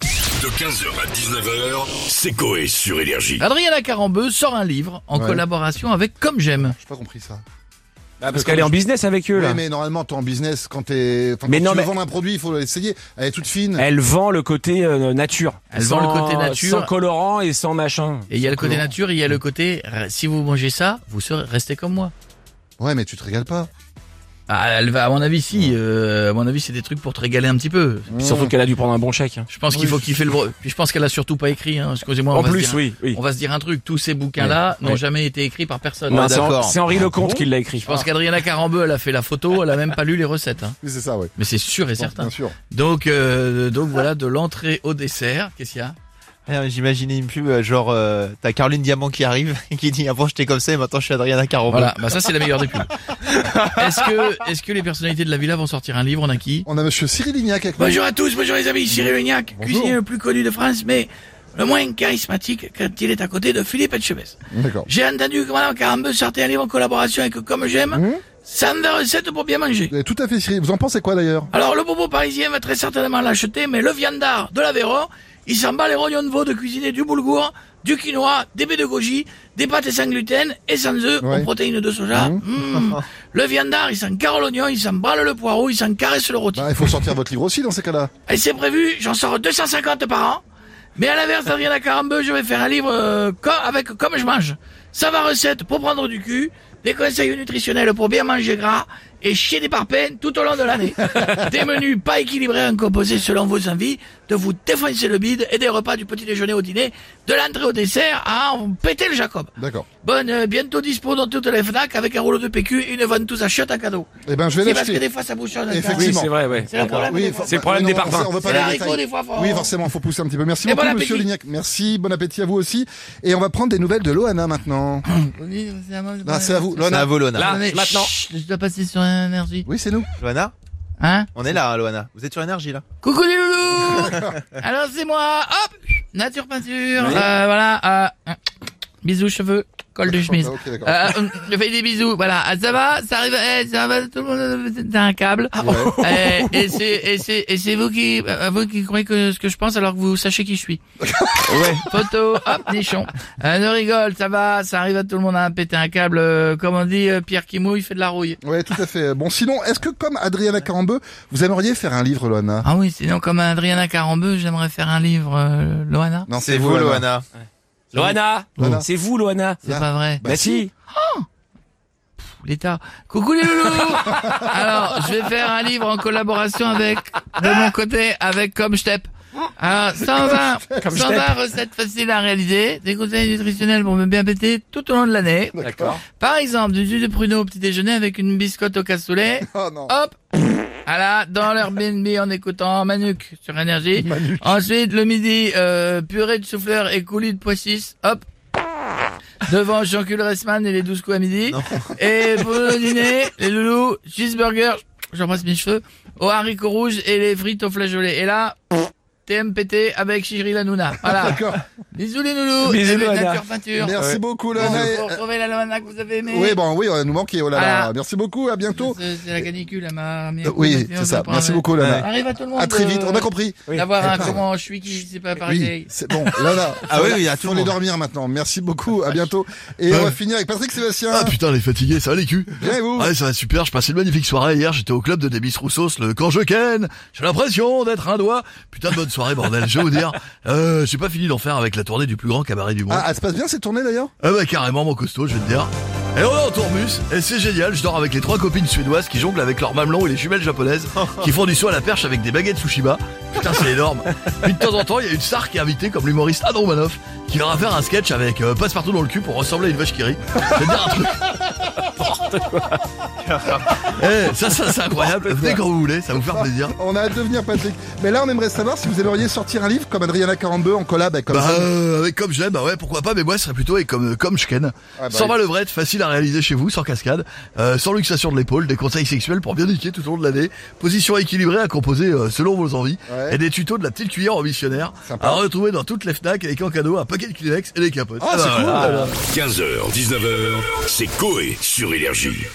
De 15h à 19h, c'est Coé sur Énergie. Adriana Carambeu sort un livre en Ouais. collaboration avec Comme J'aime. J'ai pas compris ça. Ah, Bah, parce qu'elle est en business avec eux, Oui, là. mais normalement, t'es en business quand t'es. Enfin, Mais quand non, tu veux mais- vendre un produit, il faut l'essayer. Elle est toute fine. Elle vend le côté euh, nature. Elle vend le côté nature. Sans colorant et sans machin. Et il y a le côté Comment nature, et il y a le côté euh, si vous mangez ça, vous serez restez comme moi. Eh. Ouais, mais tu te régales pas. Ah, elle va à mon avis si, euh, à mon avis c'est des trucs pour te régaler un petit peu. Puis surtout qu'elle a dû prendre un bon chèque. hein. Je pense qu'il Oui. faut kiffer le bro- Puis je pense qu'elle a surtout pas écrit hein. Excusez-moi, on En va se plus, dire- oui, oui. On va se dire un truc, tous ces bouquins là Ouais. n'ont Ouais. jamais été écrits par personne. Non, Je c'est Hen- c'est Henri Lecomte qui l'a écrit. pense qu'Adriana Carambeu, elle a fait la photo, elle a même pas lu les recettes hein. Oui, c'est ça, ouais. Mais c'est sûr et Bon, certain. Bien sûr. Donc euh, donc voilà de l'entrée au dessert, qu'est-ce qu'il y a Ah, J'imaginais une pub euh, genre euh, t'as Caroline Diamant qui arrive et qui dit avant j'étais comme ça et maintenant je suis Adriana Caro. Voilà, bah ça c'est la meilleure des pubs. Est-ce que, est-ce que les personnalités de la villa vont sortir un livre On a qui On a monsieur Cyril Lignac avec nous. Bonjour à tous, bonjour les amis, Cyril Lignac, Bonjour. cuisinier le plus connu de France, mais le moins charismatique quand il est à côté de Philippe Etchebest. D'accord. J'ai entendu que Madame Carambeu sortait un livre en collaboration avec Comme J'aime, 120 recettes pour bien manger. Vous avez Tout à fait, Cyril. Vous en pensez quoi d'ailleurs Alors le bobo parisien va très certainement l'acheter, mais le viandard de l'Aveyron, il s'en bat les rognons de veau de cuisiner du boulgour, du quinoa, des baies de goji, des pâtes sans gluten et sans œufs Ouais. aux protéines de soja. Mmh. Le viandard, il s'en carole l'oignon, il s'en brale le poireau, il s'en caresse le rôti. Bah, il faut sortir votre livre aussi dans ces cas-là. Et c'est prévu, j'en sors 250 par an. Mais à l'inverse d'Adrien Carambeu, je vais faire un livre euh, co- avec Comme je mange. Ça va recette pour prendre du cul, des conseils nutritionnels pour bien manger gras et chier des parpaings tout au long de l'année. des menus pas équilibrés en composés selon vos envies, de vous défoncer le bide et des repas du petit déjeuner au dîner, de l'entrée au dessert à en péter le Jacob. D'accord. Bonne, euh, bientôt dispo dans toutes les FNAC avec un rouleau de PQ et une vente tous à chiottes en cadeau. Eh ben, je vais C'est parce que l'acheter. des fois ça bouge sur le Effectivement. Oui, c'est vrai, ouais. C'est le problème. des fois. faut- C'est le problème non, des on sait- parfums. On va pas C'est aller les au haricots, détail. des fois, faut- Oui, forcément, faut pousser un petit peu. Merci Et beaucoup, bon monsieur appétit. Lignac. Merci, bon appétit à vous aussi. Et on va prendre des nouvelles de Loana maintenant. Non, c'est à vous. C'est Loana. à vous Loana. Là, Ah, mais maintenant. chut, je dois passer sur énergie. Oui, c'est nous. Loana, Hein on est là hein, Loana. Vous êtes sur énergie là. Coucou les loulous Alors c'est moi Hop Nature peinture euh, Voilà euh, Bisous cheveux Col de chemise Ah, ok, d'accord. euh, je fais des bisous, voilà. Ah, ça va, ça arrive, eh, ça va, tout le monde, c'est un câble. Eh, et c'est, et c'est, et c'est vous qui, euh, vous qui croyez que ce que je pense alors que vous sachez qui je suis. ouais. Photo, hop, nichon. Euh, ne rigole, ça va, ça arrive à tout le monde à péter un câble. euh, comme on dit, euh, Pierre qui mouille fait de la rouille. Ouais, tout à fait. Bon, sinon, est-ce que comme Adriana Carambeu, vous aimeriez faire un livre, Loana Ah oui, sinon comme Adriana Carambeu, j'aimerais faire un livre, euh, Loana. Non, C'est vous Loana. Loana, Loana. c'est vous, Loana. C'est Ah. pas vrai. Bah si. L'État. Coucou les loulous Alors, je vais faire un livre en collaboration avec, de mon côté, avec Comme Step. Alors, 120, 120 recettes faciles à réaliser, des conseils nutritionnels pour me bien péter tout au long de l'année. D'accord. Par exemple, du jus de pruneau au petit déjeuner avec une biscotte au cassoulet. Oh non. Hop Voilà, dans l'Airbnb en écoutant Manuc sur énergie. Ensuite, le midi, euh, purée de souffleur et coulis de pois chiches. Hop Devant Jean-Claude Ressman et les 12 coups à midi. Et pour le dîner, les loulous, cheeseburger, j'embrasse mes cheveux, aux haricots rouges et les frites au flageolet. Et là, TMPT avec Cyril Hanouna. Voilà. D'accord. Bisous les loulous. Bisous, et les Loana. nature peinture. Merci beaucoup, Vous Loana. Et- retrouvez la Loana que vous avez aimée. Oui, bon, oui, on va nous manquer. Oh là là. Voilà. Merci beaucoup. À bientôt. C'est c'est la canicule, elle m'a ramené Euh, un coup, Oui, monsieur, c'est je ça. prends Merci un- beaucoup, Loana. Arrive à tout le monde. À très de- vite. On a compris. D'avoir un Pardon. comment je suis qui, c'est pas pareil. Oui, c'est bon. Loana. Ah faut oui, aller- oui, à faut tout Bah. le aller monde. dormir maintenant. Merci beaucoup. À bientôt. Et on va finir avec Patrick Sébastien. Ah putain, les fatigués, ça va les culs Bien et Ah, vous Ouais, ça va super, je passais une magnifique soirée hier, j'étais au club de Demis Roussos, le quand je ken, j'ai l'impression d'être un doigt. Putain de bonne soirée, bordel, je vais vous dire. Euh, j'ai pas fini d'en faire avec la tournée du plus grand cabaret du monde. Ah, elle se passe bien cette tournée d'ailleurs Ah bah carrément mon costaud, je vais te dire. Et on est en tourbus, et c'est génial, je dors avec les trois copines suédoises qui jonglent avec leurs mamelons et les jumelles japonaises, qui font du saut à la perche avec des baguettes Tsushima. Putain c'est énorme. Puis de temps en temps, il y a une star qui est invitée comme l'humoriste Anne Romanoff, qui leur a fait un sketch avec euh, passe-partout dans le cul pour ressembler à une vache qui rit. Je vais te dire un truc. Eh, ça, ça c'est incroyable, venez quand vous voulez, ça va vous faire plaisir. On a hâte de venir, Patrick. Mais là, on aimerait savoir si vous aimeriez sortir un livre comme Adriana Carambeu en collab avec comme Bah, ça. euh, avec comme j'aime, bah ouais, pourquoi pas, mais moi, ce serait plutôt avec comme, euh, comme je ken. Ah, bah 120 levrettes, facile à réaliser chez vous, sans cascade, euh, sans luxation de l'épaule, des conseils sexuels pour bien niquer tout au long de l'année, position équilibrée à composer euh, selon vos envies, Ouais. et des tutos de la petite cuillère en missionnaire, Sympa. à retrouver dans toutes les FNAC avec en cadeau un paquet de Kleenex et des capotes. Ah, c'est bah, cool. voilà. alors. 15h, 19h, c'est Coé sur Énergie.